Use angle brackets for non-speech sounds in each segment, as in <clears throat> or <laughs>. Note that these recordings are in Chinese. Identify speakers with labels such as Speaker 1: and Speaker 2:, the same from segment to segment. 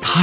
Speaker 1: 他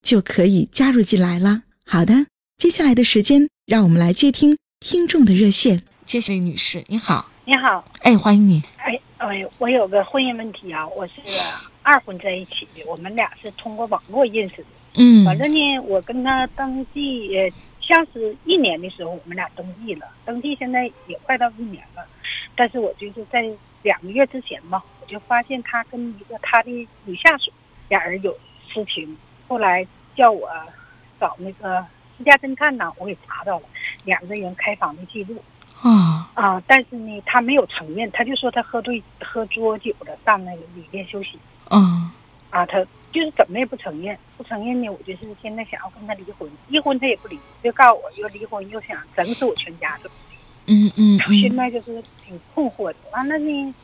Speaker 2: 就可以加入进来了。好的，接下来的时间，让我们来接听听众的热线。接下来，女士，您好，
Speaker 3: 你好，
Speaker 2: 哎，欢迎你。
Speaker 3: 哎哎，我有个婚姻问题啊，我是二婚在一起的，我们俩是通过网络认识的。
Speaker 2: 嗯
Speaker 3: 完了呢，我跟他登记，呃，像是一年的时候，我们俩登记了，登记现在也快到一年了。但是我就是在两个月之前吧，我就发现他跟一个他的女下属俩人有私情，后来叫我找那个私家侦探呢，我给查到了两个人开房的记录。
Speaker 2: 啊，
Speaker 3: 啊，但是呢，他没有承认，他就说他喝醉、喝桌酒了，上那个旅店休息
Speaker 2: 嗯
Speaker 3: 啊，他就是怎么也不承认，不承认呢，我就是现在想要跟他离婚，离婚他也不离，就告诉我又离婚又想整死我全家，就
Speaker 2: 嗯嗯
Speaker 3: 我现在就是挺困惑的。完了呢，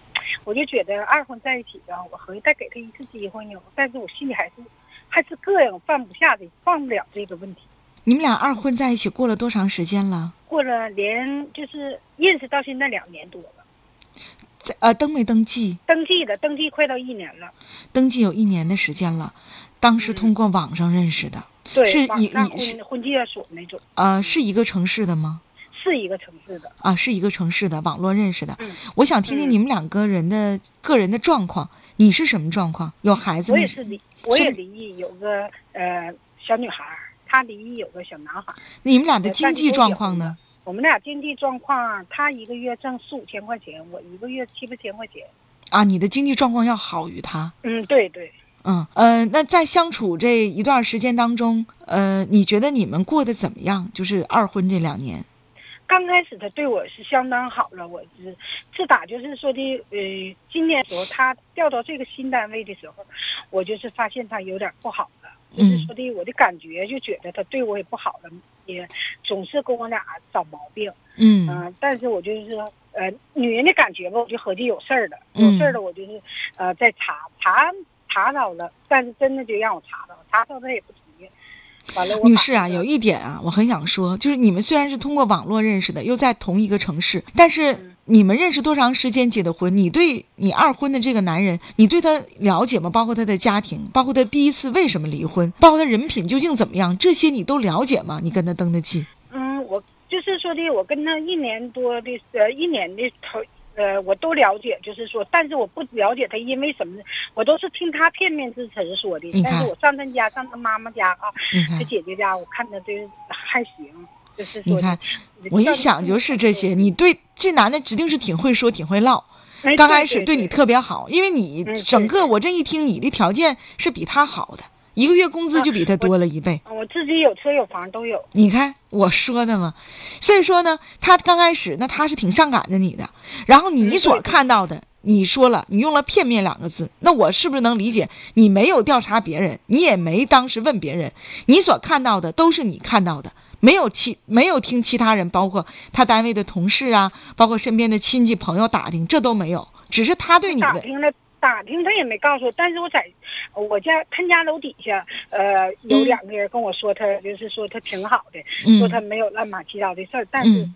Speaker 3: 我就觉得二婚在一起吧，我合计再给他一次机会呢，但是我心里还是还是膈应，放不下这放不了这个问题。
Speaker 2: 你们俩二婚在一起过了多长时间了？
Speaker 3: 过了连就是认识到现在两年多了，
Speaker 2: 在呃，登没登记？
Speaker 3: 登记了，登记快到一年了。
Speaker 2: 登记有一年的时间了，当时通过网上认识的，
Speaker 3: 对，
Speaker 2: 是
Speaker 3: 网
Speaker 2: 你
Speaker 3: 上
Speaker 2: 你是
Speaker 3: 婚婚介所那种，
Speaker 2: 呃，是一个城市的吗？
Speaker 3: 是一个城市的。
Speaker 2: 啊，是一个城市的网络认识的。
Speaker 3: 嗯，
Speaker 2: 我想听听
Speaker 3: 嗯
Speaker 2: 你们两个人的、个人的状况，你是什么状况？有孩子
Speaker 3: 嗯我
Speaker 2: 吗？
Speaker 3: 也是离，我也离异，有个呃小女孩儿，她离异有个小男孩儿。
Speaker 2: 你们俩的
Speaker 3: 呃
Speaker 2: 经济状况呢？？
Speaker 3: 但是都结婚了我们俩经济状况，她一个月挣四五千块钱，我一个月七八千块钱。
Speaker 2: 啊，你的经济状况要好于他。
Speaker 3: 嗯，对对，
Speaker 2: 嗯呃，那在相处这一段时间当中，呃，你觉得你们过得怎么样？就是二婚这两年，
Speaker 3: 刚开始她对我是相当好了，我是自打就是说的呃，今年的时候她调到这个新单位的时候，我就是发现她有点不好了。就是
Speaker 2: 嗯
Speaker 3: 说的，我的感觉就觉得他对我也不好了，也总是跟我俩找毛病。
Speaker 2: 嗯、
Speaker 3: 嗯、但是我就是呃，女人的感觉吧，我就合计有事儿了，
Speaker 2: 嗯
Speaker 3: 有事儿了，我就是呃在查查查到了，但是真的就让我查到，了，查到他也不承认。完了我把这个，
Speaker 2: 女士啊，有一点啊，我很想说，就是你们虽然是通过网络认识的，又在同一个城市，但是
Speaker 3: 嗯
Speaker 2: 你们认识多长时间结的婚？你对你二婚的这个男人，你对他了解吗？包括他的家庭，包括他第一次为什么离婚，包括他人品究竟怎么样，这些你都了解吗？你跟他登的记？
Speaker 3: 嗯，我就是说的，我跟他一年多的呃一年的头。呃，我都了解，就是说，但是我不了解他因为什么，我都是听他片面之词说的
Speaker 2: 你。看
Speaker 3: 但是我上他家，上他妈妈家啊，
Speaker 2: 你
Speaker 3: 他
Speaker 2: 看，
Speaker 3: 姐姐家，我看他这还行，就是
Speaker 2: 你
Speaker 3: 说的，
Speaker 2: 看，我一想就是这些。你对这男的指定是挺会说，挺会唠。
Speaker 3: 哎
Speaker 2: 刚开始对
Speaker 3: 对
Speaker 2: 你特别好，因为你
Speaker 3: 嗯对
Speaker 2: 整个我这一听，你的条件是比他好的，一个月工资就比他多了一倍。
Speaker 3: 哦我自己有车有房都有，
Speaker 2: 你看我说的嘛，所以说呢，他刚开始那他是挺上赶着你的，然后你所看到的，你说了，你用了片面两个字，那我是不是能理解？你没有调查别人，你也没当时问别人，你所看到的都是你看到的，没有其没有听其他人，包括他单位的同事啊，包括身边的亲戚朋友打听，这都没有，只是他对你
Speaker 3: 打
Speaker 2: 的，
Speaker 3: 听了打听他也没告诉我，但是我在呃我家他家楼底下，呃，有
Speaker 2: 嗯
Speaker 3: 两个人跟我说他、就是说他挺好的，说他
Speaker 2: 嗯，
Speaker 3: 没有乱码七糟的事儿，但是
Speaker 2: 嗯，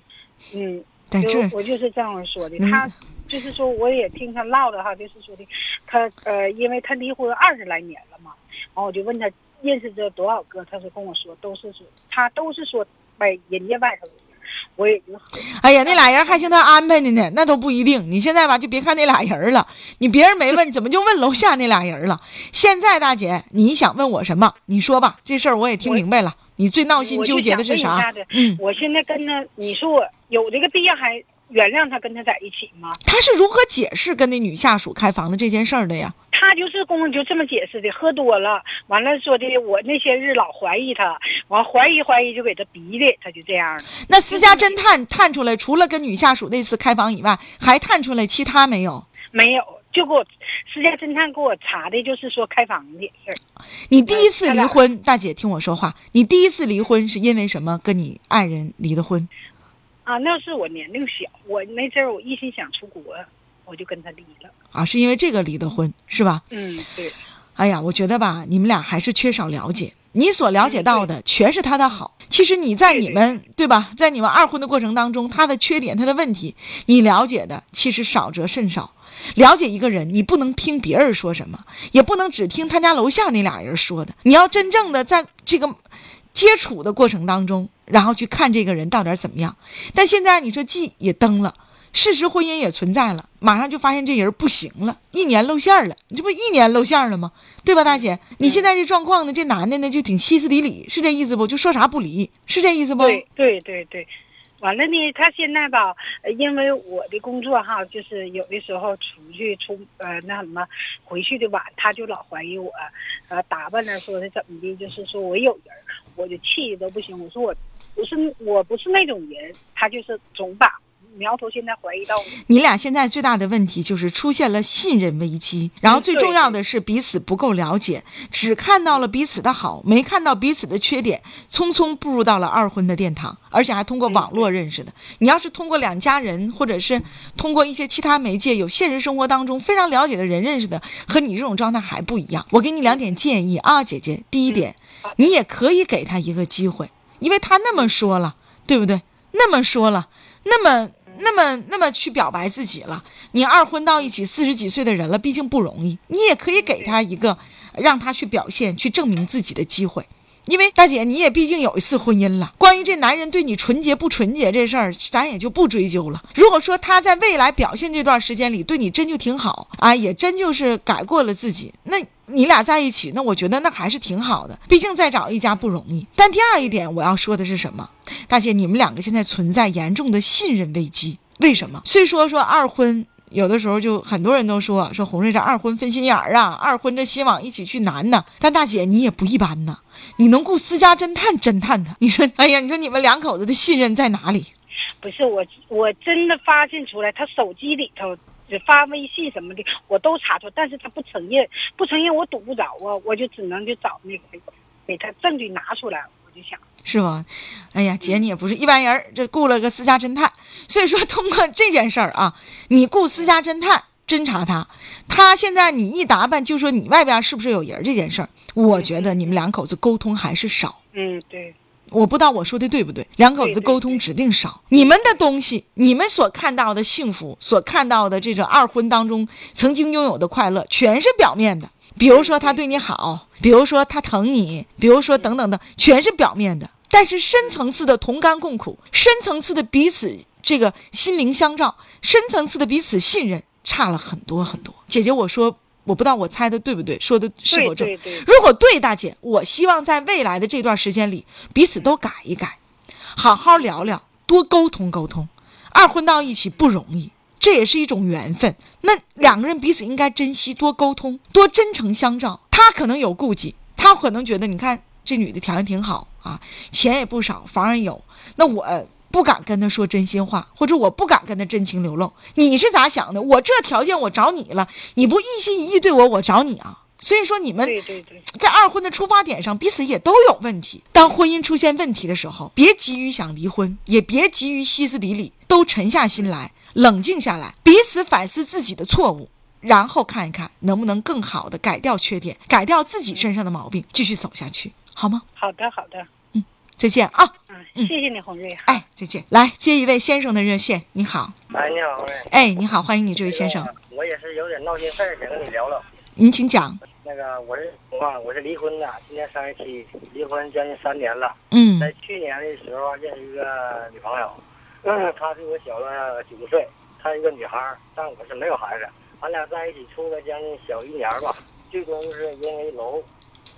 Speaker 3: 嗯，
Speaker 2: 在
Speaker 3: 就
Speaker 2: 这
Speaker 3: 我就是这样说的，
Speaker 2: 嗯
Speaker 3: 他。就是说，我也听他唠的哈，就是说的，他呃，因为他离婚二十来年了嘛，然后我就问他哎认识这多少个，他说跟我说都是说他都是说外人家外头的人，我也就死了。
Speaker 2: <laughs> 哎呀，那俩人还现在安排你呢，那都不一定。你现在吧，就别看那俩人了，你别人没问，怎么就问楼下那俩人了？现在大姐，你想问我什么？你说吧，这事儿我也听明白了。你最闹心
Speaker 3: 我就
Speaker 2: 纠结的
Speaker 3: 想
Speaker 2: 是
Speaker 3: 问一下
Speaker 2: 啥
Speaker 3: 子？
Speaker 2: 嗯，
Speaker 3: 我现在跟他，你说我有这个必要还原谅他跟他在一起吗？
Speaker 2: 他是如何解释跟那女下属开房的这件事儿的呀？
Speaker 3: 他就是跟我就这么解释的，喝多了，完了说的我那些日老怀疑他，完怀疑怀疑就给他逼的，他就这样了。
Speaker 2: 那私家侦探探出来，除了跟女下属那次开房以外，还探出来其他没有？
Speaker 3: 没有，就给我私家侦探给我查的，就是说开房的事儿。
Speaker 2: 你第一次
Speaker 3: 他
Speaker 2: 离
Speaker 3: 俩
Speaker 2: 婚，大姐听我说话，你第一次离婚是因为什么？跟你爱人离的婚？
Speaker 3: 啊，那是我年龄小，我那阵儿我一心想出国，我就跟他离了。
Speaker 2: 啊，是因为这个离的婚是吧？
Speaker 3: 嗯，对，
Speaker 2: 哎呀，我觉得吧，你们俩还是缺少了解。你所了解到的全是他的好，其实你在
Speaker 3: 对
Speaker 2: 你
Speaker 3: 对
Speaker 2: 们对吧，在你们二婚的过程当中，他的缺点、他的问题，你了解的其实少则甚少。了解一个人，你不能听别人说什么，也不能只听他家楼下那俩人说的。你要真正的在这个接触的过程当中，然后去看这个人到底怎么样。但现在你说记也登了，事实婚姻也存在了，马上就发现这人不行了，一年露馅儿了，你这不一年露馅儿了吗？对吧，大姐？你现在这状况呢，这男的呢就挺歇斯底里，是这意思不？就说啥不离，是这意思不？
Speaker 3: 对，对，对，对。完了呢，他现在吧，呃因为我的工作哈，就是有的时候出去出呃那什么，回去的晚，他就老怀疑我，呃打扮了说的怎么的，就是说我有人儿，我就气的都不行。我说我不是我不是那种人，他就是总把苗头现在怀疑到我。
Speaker 2: 你俩现在最大的问题就是出现了信任危机，然后最重要的是彼此不够了解，只看到了彼此的好，没看到彼此的缺点，匆匆步入到了二婚的殿堂，而且还通过网络认识的。你要是通过两家人，或者是通过一些其他媒介，有现实生活当中非常了解的人认识的，和你这种状态还不一样。我给你两点建议啊，姐姐。第一点，你也可以给他一个机会，因为他那么说了，对不对？那么说了，那么那么那么去表白自己了。你二婚到一起，四十几岁的人了，毕竟不容易。你也可以给他一个让他去表现、去证明自己的机会。因为大姐，你也毕竟有一次婚姻了。关于这男人对你纯洁不纯洁这事儿，咱也就不追究了。如果说他在未来表现这段时间里对你真就挺好啊，也真就是改过了自己，那你俩在一起，那我觉得那还是挺好的。毕竟再找一家不容易。但第二一点，我要说的是什么？大姐，你们两个现在存在严重的信任危机，为什么？虽说说二婚。有的时候就很多人都说说红瑞这二婚分心眼儿啊，二婚这心往一起去难呐。但大姐你也不一般呐，你能雇私家侦探侦探他？ <laughs> 你说，哎呀，你说你们两口子的信任在哪里？
Speaker 3: 不是我，我真的发现出来，他手机里头发微信什么的，我都查出，但是他不承认，不承认我堵不着啊，我就只能就找那个给他证据拿出来，我就想，
Speaker 2: 是吧？哎呀，姐，你也不是一般人儿，这雇了个私家侦探，所以说通过这件事儿啊，你雇私家侦探侦查他，他现在你一打扮就说你外边是不是有人儿这件事儿，我觉得你们两口子沟通还是少。
Speaker 3: 嗯，对，
Speaker 2: 我不知道我说的对不对，两口子沟通指定少。你们的东西，你们所看到的幸福，所看到的这种二婚当中曾经拥有的快乐，全是表面的。比如说他对你好，比如说他疼你，比如说等等的，全是表面的。但是深层次的同甘共苦，深层次的彼此这个心灵相照，深层次的彼此信任，差了很多很多。姐姐，我说我不知道我猜的对不对，说的是
Speaker 3: 对
Speaker 2: 否正
Speaker 3: 对对，
Speaker 2: 如果对，大姐，我希望在未来的这段时间里，彼此都改一改，好好聊聊，多沟通沟通。二婚到一起不容易，这也是一种缘分。那两个人彼此应该珍惜，多沟通，多真诚相照。他可能有顾忌，他可能觉得，你看这女的条件挺好啊，钱也不少，房也有，那我。不敢跟他说真心话，或者我不敢跟他真情流露。你是咋想的？我这条件我找你了，你不一心一意对我，我找你啊。所以说你们
Speaker 3: 对对对，
Speaker 2: 在二婚的出发点上，彼此也都有问题。当婚姻出现问题的时候，别急于想离婚，也别急于歇斯底里，都沉下心来，冷静下来，彼此反思自己的错误，然后看一看能不能更好的改掉缺点，改掉自己身上的毛病，继续走下去，好吗？
Speaker 3: 好的好的，
Speaker 2: 再见啊！
Speaker 3: 嗯，谢谢你红瑞，啊
Speaker 2: 哎，再见。来接一位先生的热线。你好，
Speaker 4: 哎，你好，哎
Speaker 2: 哎，你好，欢迎你这位先生，，
Speaker 4: 我也是有点闹心事儿，想跟你聊聊。
Speaker 2: 您请讲。
Speaker 4: 那个，我是情况，我是离婚的，今年三十七，离婚将近三年了。
Speaker 2: 嗯
Speaker 4: 在去年的时候认识一个女朋友， <clears throat> 嗯，她比我小了九岁，她一个女孩儿，但我是没有孩子。俺俩在一起处了将近小一年吧，最终就是因为楼，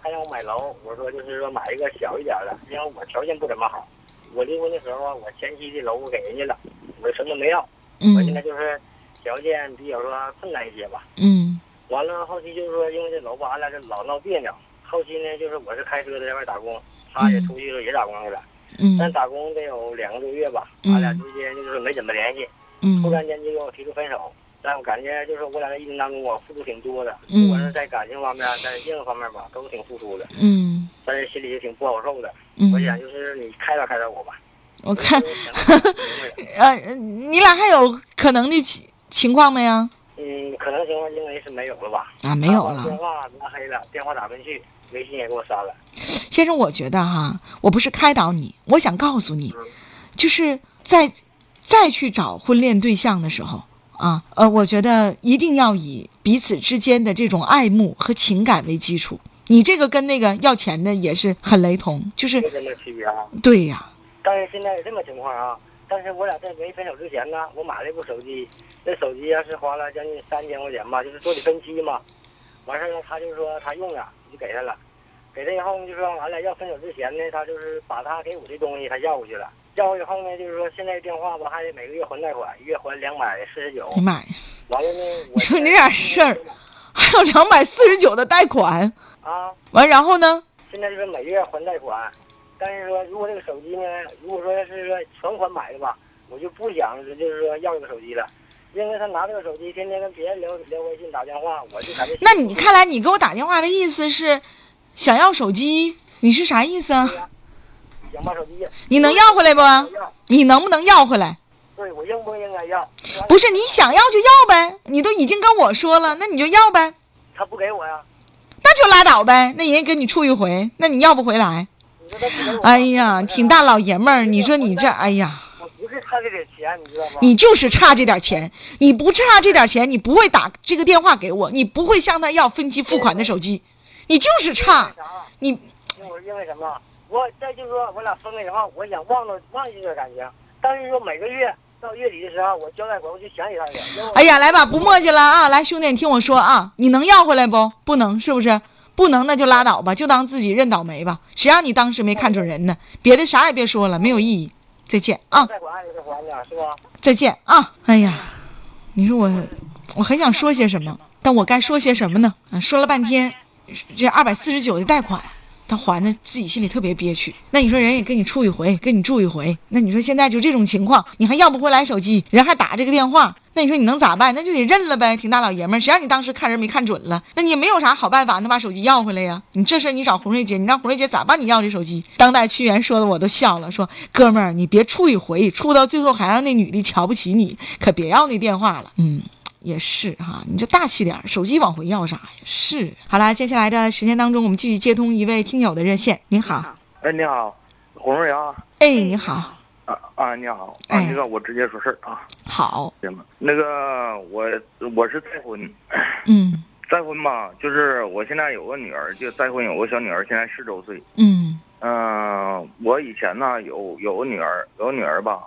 Speaker 4: 她让我买楼，我说就是说买一个小一点的，因为我条件不怎么好。我离婚的时候啊，我前妻的楼我给人家了，我什么都没要。我现在
Speaker 2: 嗯
Speaker 4: 就是条件比较说困难一些吧。
Speaker 2: 嗯
Speaker 4: 完了，后期就是说因为这楼吧，俺俩就老闹别扭。后期呢，就是我是开车在外打工，她也出去了也打工去了。但
Speaker 2: 嗯
Speaker 4: 打工得有两个多月吧，
Speaker 2: 嗯
Speaker 4: 俺俩之间就是没怎么联系，
Speaker 2: 嗯
Speaker 4: 突然间就跟我提出分手。但我感觉就是我俩在一年当中，我啊付出挺多的，
Speaker 2: 嗯
Speaker 4: 不管是在感情方面，在任何方面吧，都挺付出的，
Speaker 2: 嗯
Speaker 4: 但是心里也挺不好受的。我想
Speaker 2: 嗯，
Speaker 4: 就是你开导开导我吧。
Speaker 2: 我看，
Speaker 4: 就是想明白
Speaker 2: <laughs>
Speaker 4: 了
Speaker 2: 呃，你俩还有可能的情情况没啊呀？
Speaker 4: 嗯，可能情况因为是没有了吧，
Speaker 2: 啊，没有
Speaker 4: 打完电
Speaker 2: 了，
Speaker 4: 话拉黑了，电话打不进去，微信也给我删了。
Speaker 2: 先生，我觉得哈，我不是开导你，我想告诉你，就是在再去找婚恋对象的时候啊，呃，我觉得一定要以彼此之间的这种爱慕和情感为基础。你这个跟那个要钱的也是很雷同，就是
Speaker 4: 没什么区别啊。
Speaker 2: 对呀、
Speaker 4: 但是现在有这么情况啊，但是我俩在没分手之前呢，我买了一部手机，那手机啊要是花了将近三千块钱吧，就是做的分期嘛。完事儿呢，他就说他用了，我就给他了。给他以后呢，就说完了要分手之前呢，他就是把他给我的东西他要回去了。要回以后呢，就是说现在电话吧，还得每个月还贷款，一月还两百四十九。
Speaker 2: 哎呀妈呀，
Speaker 4: 完了呢，我
Speaker 2: 你说你这点事儿 <laughs> 还有两百四十九的贷款，
Speaker 4: 啊，
Speaker 2: 完然后呢？
Speaker 4: 现在就是每月还贷款，但是说如果这个手机呢，如果说是说全款买的吧，我就不想就是说要这个手机了，因为他拿这个手机天天跟别人聊聊微信打电话，我就感觉
Speaker 2: 那你看来你给我打电话的意思是想要手机，你是啥意思啊？
Speaker 4: 想把手机，
Speaker 2: 你能要回来不？
Speaker 4: 我要，
Speaker 2: 你能不能要回来？
Speaker 4: 对我应不应该要？
Speaker 2: 不是你想要就要呗，你都已经跟我说了，那你就要呗，
Speaker 4: 他不给我呀，
Speaker 2: 那就拉倒呗。那人家跟你处一回，那你要不回来？
Speaker 4: 你说他不给我，
Speaker 2: 哎呀，挺，大老爷们儿，你说你这，哎呀，
Speaker 4: 我不是差这点钱，你知道吗？
Speaker 2: 你就是差这点钱，你不差这点钱，你不会打这个电话给我，你不会向他要分期付款的手机，你就是差
Speaker 4: 为，啥？
Speaker 2: 你
Speaker 4: 因为因为什么？我再就是说，我俩分开以后，我想忘了忘记这段感情，但是说每个月到月底的时候，我交贷款，我就想起他去。因为我
Speaker 2: 哎呀，来吧，不墨迹了啊！来，兄弟，你听我说啊，你能要回来不？不能，是不是？不能，那就拉倒吧，就当自己认倒霉吧。谁让你当时没看准人呢？别的啥也别说了，没有意义。再见
Speaker 4: <laughs>
Speaker 2: 啊，
Speaker 4: 贷款也是还的，是吧？
Speaker 2: 再见啊！哎呀，你说我，我很想说些什么，但我该说些什么呢？啊说了半天，这二百四十九的贷款，他还的自己心里特别憋屈。那你说人也跟你处一回，跟你住一回，那你说现在就这种情况，你还要不回来手机，人还打这个电话，那你说你能咋办？那就得认了呗，挺大老爷们儿，谁让你当时看人没看准了？那你也没有啥好办法，那把手机要回来呀。你这事儿你找红瑞姐，你让红瑞姐咋帮你要这手机？当代屈原说的我都笑了，说哥们儿，你别处一回，处到最后还让那女的瞧不起你，可别要那电话了。嗯。也是哈，你就大气点儿，手机往回要啥呀？是。好啦，接下来的时间当中，我们继续接通一位听友的热线。您好，
Speaker 4: 哎，你好，洪瑞阳
Speaker 2: 哎，你好，
Speaker 4: 啊啊，你好啊
Speaker 2: 哎，
Speaker 4: 这个我直接说事儿啊，
Speaker 2: 好，
Speaker 4: 行吗？那个我我是再婚，
Speaker 2: 嗯
Speaker 4: 再婚吧，就是我现在有个女儿，就再婚有个小女儿，现在十周岁。
Speaker 2: 嗯
Speaker 4: 嗯、我以前呢有有个女儿，有个女儿吧，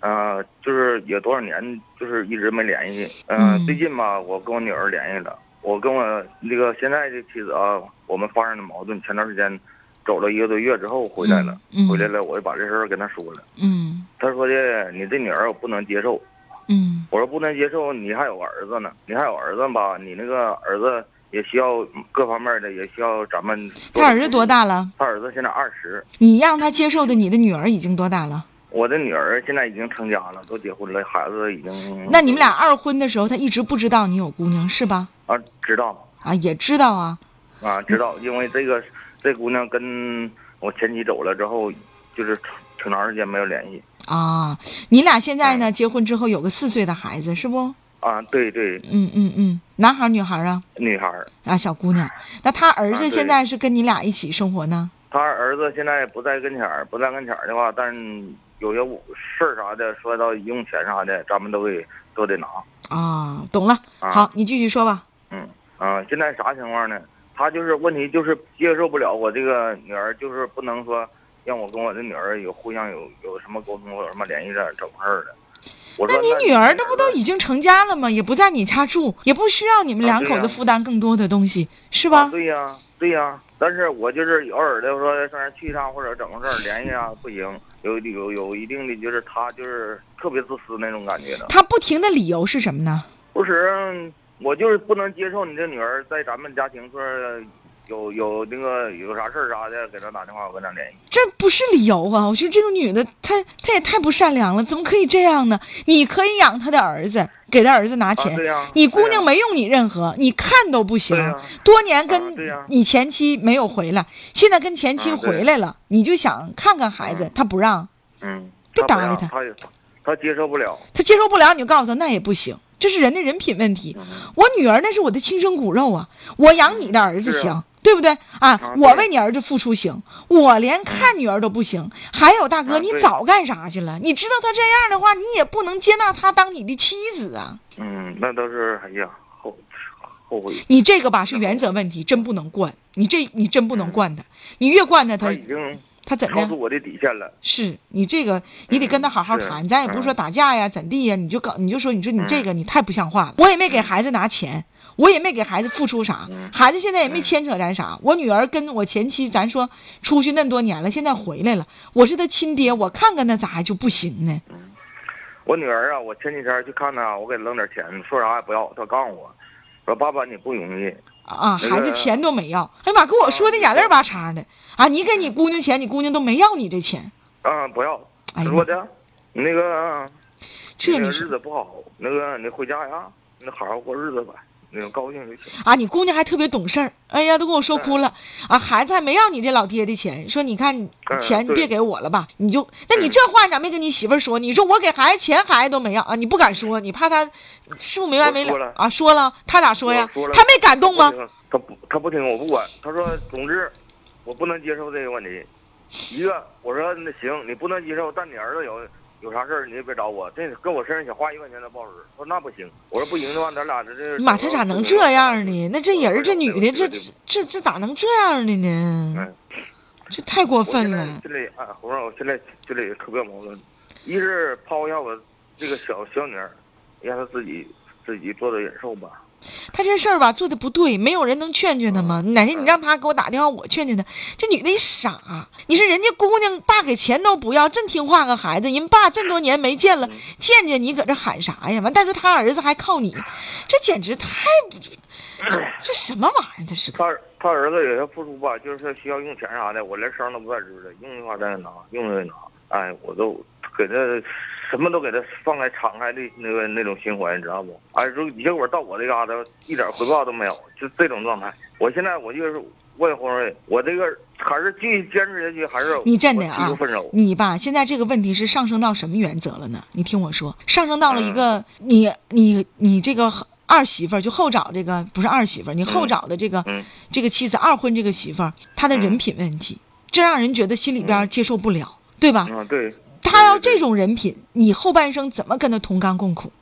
Speaker 4: 呃，就是有多少年就是一直没联系。
Speaker 2: 嗯
Speaker 4: 嗯，最近吧，我跟我女儿联系了，我跟我这个现在这妻子啊，我们发生的矛盾，前段时间走了一个多月之后回来了，
Speaker 2: 嗯嗯
Speaker 4: 回来了，我就把这事儿跟她说了。
Speaker 2: 嗯
Speaker 4: 她说的，你这女儿我不能接受。
Speaker 2: 嗯
Speaker 4: 我说不能接受，你还有个儿子呢，你还有儿子吧，你那个儿子也需要各方面的，也需要咱们。
Speaker 2: 他儿子多？大了？
Speaker 4: 他儿子现在二十。
Speaker 2: 你让他接受的，你的女儿已经多大了？
Speaker 4: 我的女儿现在已经成家了，都结婚了，孩子已经……
Speaker 2: 那你们俩二婚的时候，他一直不知道你有姑娘是吧？
Speaker 4: 啊，知道
Speaker 2: 啊，也知道啊。
Speaker 4: 啊，知道，因为这个这姑娘跟我前妻走了之后，就是挺长时间没有联系
Speaker 2: 啊，你俩现在
Speaker 4: 哎
Speaker 2: 呢？结婚之后有个四岁的孩子是不？
Speaker 4: 啊。对对，
Speaker 2: 嗯嗯嗯，男孩儿女孩儿啊？
Speaker 4: 女孩儿，
Speaker 2: 啊，小姑娘，那他儿
Speaker 4: 啊
Speaker 2: 子
Speaker 4: 对
Speaker 2: 现在是跟你俩一起生活呢？
Speaker 4: 她儿子现在不在跟前儿，不在跟前儿的话，但有些事儿啥的，说到用钱啥的，咱们都得都得拿。
Speaker 2: 啊，懂了。
Speaker 4: 啊
Speaker 2: 好，你继续说吧。
Speaker 4: 嗯啊，现在啥情况呢？他就是问题就是接受不了我这个女儿，就是不能说让我跟我的女儿有互相有有什么沟通，有什么联系这整块儿的。我
Speaker 2: 那
Speaker 4: 说
Speaker 2: 你女儿这不都已经成家了吗？也不在你家住，也不需要你们
Speaker 4: 啊
Speaker 2: 两
Speaker 4: 对
Speaker 2: 口
Speaker 4: 呀
Speaker 2: 子负担更多的东西，是
Speaker 4: 啊
Speaker 2: 吧？
Speaker 4: 对呀、对呀、但是我就是偶尔的说上那儿去一趟或者整个事儿联系啊，不行，有有有一定的就是她就是特别自私那种感觉的。
Speaker 2: 她不停的理由是什么呢？
Speaker 4: 不是，我就是不能接受你这女儿在咱们家庭说有有那个有啥事儿啥的，给她打电话我跟她联系。
Speaker 2: 这不是理由啊！我觉得这个女的，她她也太不善良了，怎么可以这样呢？你可以养她的儿子，给她儿子拿钱，
Speaker 4: 啊，对呀、对呀
Speaker 2: 你姑娘没用你任何，你看都不行。
Speaker 4: 对呀
Speaker 2: 多年
Speaker 4: 啊
Speaker 2: 跟
Speaker 4: 对呀
Speaker 2: 你前妻没有回来，现在跟前妻
Speaker 4: 啊对
Speaker 2: 回来了，你就想看看孩子，
Speaker 4: 嗯
Speaker 2: 他不让，
Speaker 4: 嗯，
Speaker 2: 别
Speaker 4: 她
Speaker 2: 搭
Speaker 4: 不
Speaker 2: 理
Speaker 4: 让
Speaker 2: 她
Speaker 4: 她也她接受不了。
Speaker 2: 他接受不了，你就告诉他那也不行，这是人的人品问题。
Speaker 4: 嗯
Speaker 2: 我女儿那是我的亲生骨肉啊，我养你的儿子
Speaker 4: 是啊
Speaker 2: 行，对不对啊？
Speaker 4: 对
Speaker 2: 我为你儿子付出行，我连看女儿都不行。还有大哥，
Speaker 4: 啊
Speaker 2: 你
Speaker 4: 对
Speaker 2: 早干啥去了？你知道他这样的话，你也不能接纳他当你的妻子啊。
Speaker 4: 嗯，那都是哎呀后后悔。
Speaker 2: 你这个吧是原则问题，真不能惯。你这你真不能惯他，你越惯他，
Speaker 4: 她
Speaker 2: 他
Speaker 4: 已经
Speaker 2: 他怎
Speaker 4: 嗯超
Speaker 2: 的
Speaker 4: 出？我的底线了。
Speaker 2: 是你这个，你得跟他好好
Speaker 4: 是
Speaker 2: 谈。咱也不是说
Speaker 4: 嗯
Speaker 2: 打架呀，怎地呀，你就搞，你就说，你说你这个你太不像话了。我也没给孩子拿钱，我也没给孩子付出啥，
Speaker 4: 嗯
Speaker 2: 孩子现在也没牵扯咱啥。我女儿跟我前妻，咱说出去那么多年了，现在回来了，我是她亲爹，我看看她咋还就不行呢？
Speaker 4: 我女儿啊，我前几天去看她，我给她扔点钱，说啥也不要，她告诉我，说爸爸你不容易。
Speaker 2: 啊，
Speaker 4: 那
Speaker 2: 孩子
Speaker 4: 个
Speaker 2: 钱都没要，哎呀妈，给我说的眼泪儿巴叉的啊！你给你
Speaker 4: 嗯
Speaker 2: 姑娘钱，你姑娘都没要你这钱，
Speaker 4: 啊，不要，
Speaker 2: 哎呀
Speaker 4: 说的，那个
Speaker 2: 这
Speaker 4: 那
Speaker 2: 你
Speaker 4: 个
Speaker 2: 说
Speaker 4: 日子不好，那个你回家呀，你好好过日子吧，那个高兴就行。
Speaker 2: 啊，你姑娘还特别懂事儿，哎呀，都给我
Speaker 4: 嗯
Speaker 2: 说哭了啊！孩子还没要你这老爹的钱，说你看
Speaker 4: 嗯
Speaker 2: 钱
Speaker 4: 对嗯
Speaker 2: 别给我了吧，你就那你这话你咋没跟你媳妇儿说？你说我给孩子钱，孩子都没要啊，你不敢说，你怕他是不是没完没
Speaker 4: 我说了
Speaker 2: 啊？说了，他咋说呀
Speaker 4: 我说？了
Speaker 2: 他没感动吗
Speaker 4: 不？听？他不，他不听，我不管。他说，总之我不能接受这个问题。一个，我说那行，你不能接受，但你儿子有有啥事儿，你就别找我。这搁我身上想花一块钱都不好使。说那不行，我说不行的话，咱俩这这。
Speaker 2: 妈，他咋能这样呢？那这人儿这女的，这
Speaker 4: 对不起
Speaker 2: 这这咋能这样的呢
Speaker 4: 嗯？
Speaker 2: 这太过
Speaker 4: 我现
Speaker 2: 分
Speaker 4: 在
Speaker 2: 了。
Speaker 4: 心里啊，我说我现在心里特别矛盾，一是抛下我这个小小女儿，让她自己自己做的忍受吧。
Speaker 2: 他这事儿吧做的不对，没有人能劝劝他吗？哪天你让他给我打电话，我劝劝他。这女的也傻，你说人家姑娘爸给钱都不要，真听话个孩子，人爸这么多年没见了，见见你搁这喊啥呀？完，再说他儿子还靠你，这简直太不，这什么玩意儿？这是个
Speaker 4: 他他儿子也要付出吧，就是需要用钱啥的，我连声都不带吱的，用的话咱也拿，用的也拿，哎，我都给他什么都给他放开敞开的那个那种心怀，你知道不？哎，如结果到我这嘎达一点回报都没有，就这种状态。我现在我就是问红瑞，我这个还是继续坚持下去，还是
Speaker 2: 你真的
Speaker 4: 我提
Speaker 2: 啊
Speaker 4: 出分手，？
Speaker 2: 你吧，现在这个问题是上升到什么原则了呢？你听我说，上升到
Speaker 4: 嗯
Speaker 2: 了一个、你你你这个二媳妇儿，就后找这个不是二媳妇儿，你后找的这个、
Speaker 4: 嗯
Speaker 2: 这个妻子二婚这个媳妇儿，她的人品问题，这让人觉得心里边儿接受不了，对吧？
Speaker 4: 嗯，对，
Speaker 2: 她要这种人品，你后半生怎么跟她同甘共苦？
Speaker 4: 嗯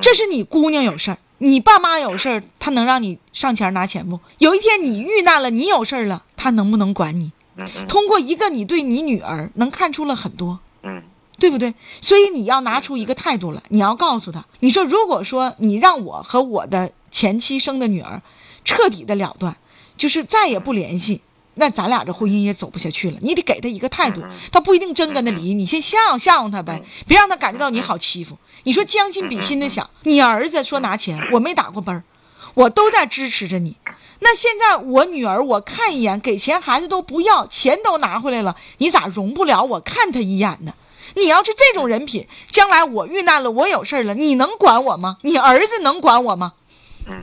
Speaker 2: 这是你姑娘有事儿，你爸妈有事儿，她能让你上前拿钱不？有一天你遇难了，你有事儿了，她能不能管你？
Speaker 4: 嗯嗯
Speaker 2: 通过一个你对你女儿能看出了很多，
Speaker 4: 嗯
Speaker 2: 对不对？所以你要拿出一个态度来，你要告诉她，你说如果说你让我和我的前妻生的女儿彻底的了断，就是再也不联系。那咱俩这婚姻也走不下去了，你得给她一个态度，她不一定真跟他离，你先吓唬吓唬她呗，别让她感觉到你好欺负。你说将心比心的想，你儿子说拿钱，我没打过奔儿，我都在支持着你。那现在我女儿，我看一眼，给钱孩子都不要，钱都拿回来了，你咋容不了我看她一眼呢？你要是这种人品，将来我遇难了，我有事儿了，你能管我吗？你儿子能管我吗？
Speaker 4: 嗯，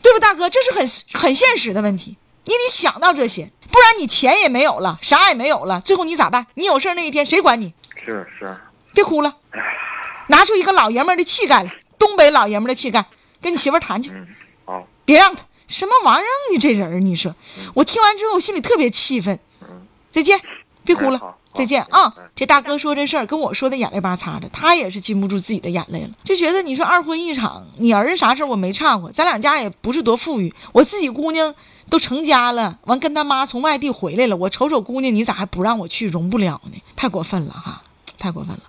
Speaker 2: 对吧，大哥？这是很很现实的问题，你得想到这些，不然你钱也没有了，啥也没有了，最后你咋办？你有事儿那一天谁管你？
Speaker 4: 是是，
Speaker 2: 别哭了，拿出一个老爷们儿的气概来，东北老爷们儿的气概，跟你媳妇儿谈去。
Speaker 4: 嗯，好，
Speaker 2: 别让他啊什么玩意儿！你这人儿，你说我听完之后我心里特别气愤。再见，别哭了，
Speaker 4: 好好
Speaker 2: 再见
Speaker 4: 好
Speaker 2: 啊！这大哥说这事儿跟我说的眼泪巴擦的，他也是禁不住自己的眼泪了，就觉得你说二婚一场，你儿子啥事儿我没掺和，咱俩家也不是多富裕，我自己姑娘都成家了，完跟他妈从外地回来了，我瞅瞅姑娘你咋还不让我去，容不了呢，太过分了哈，太过分了。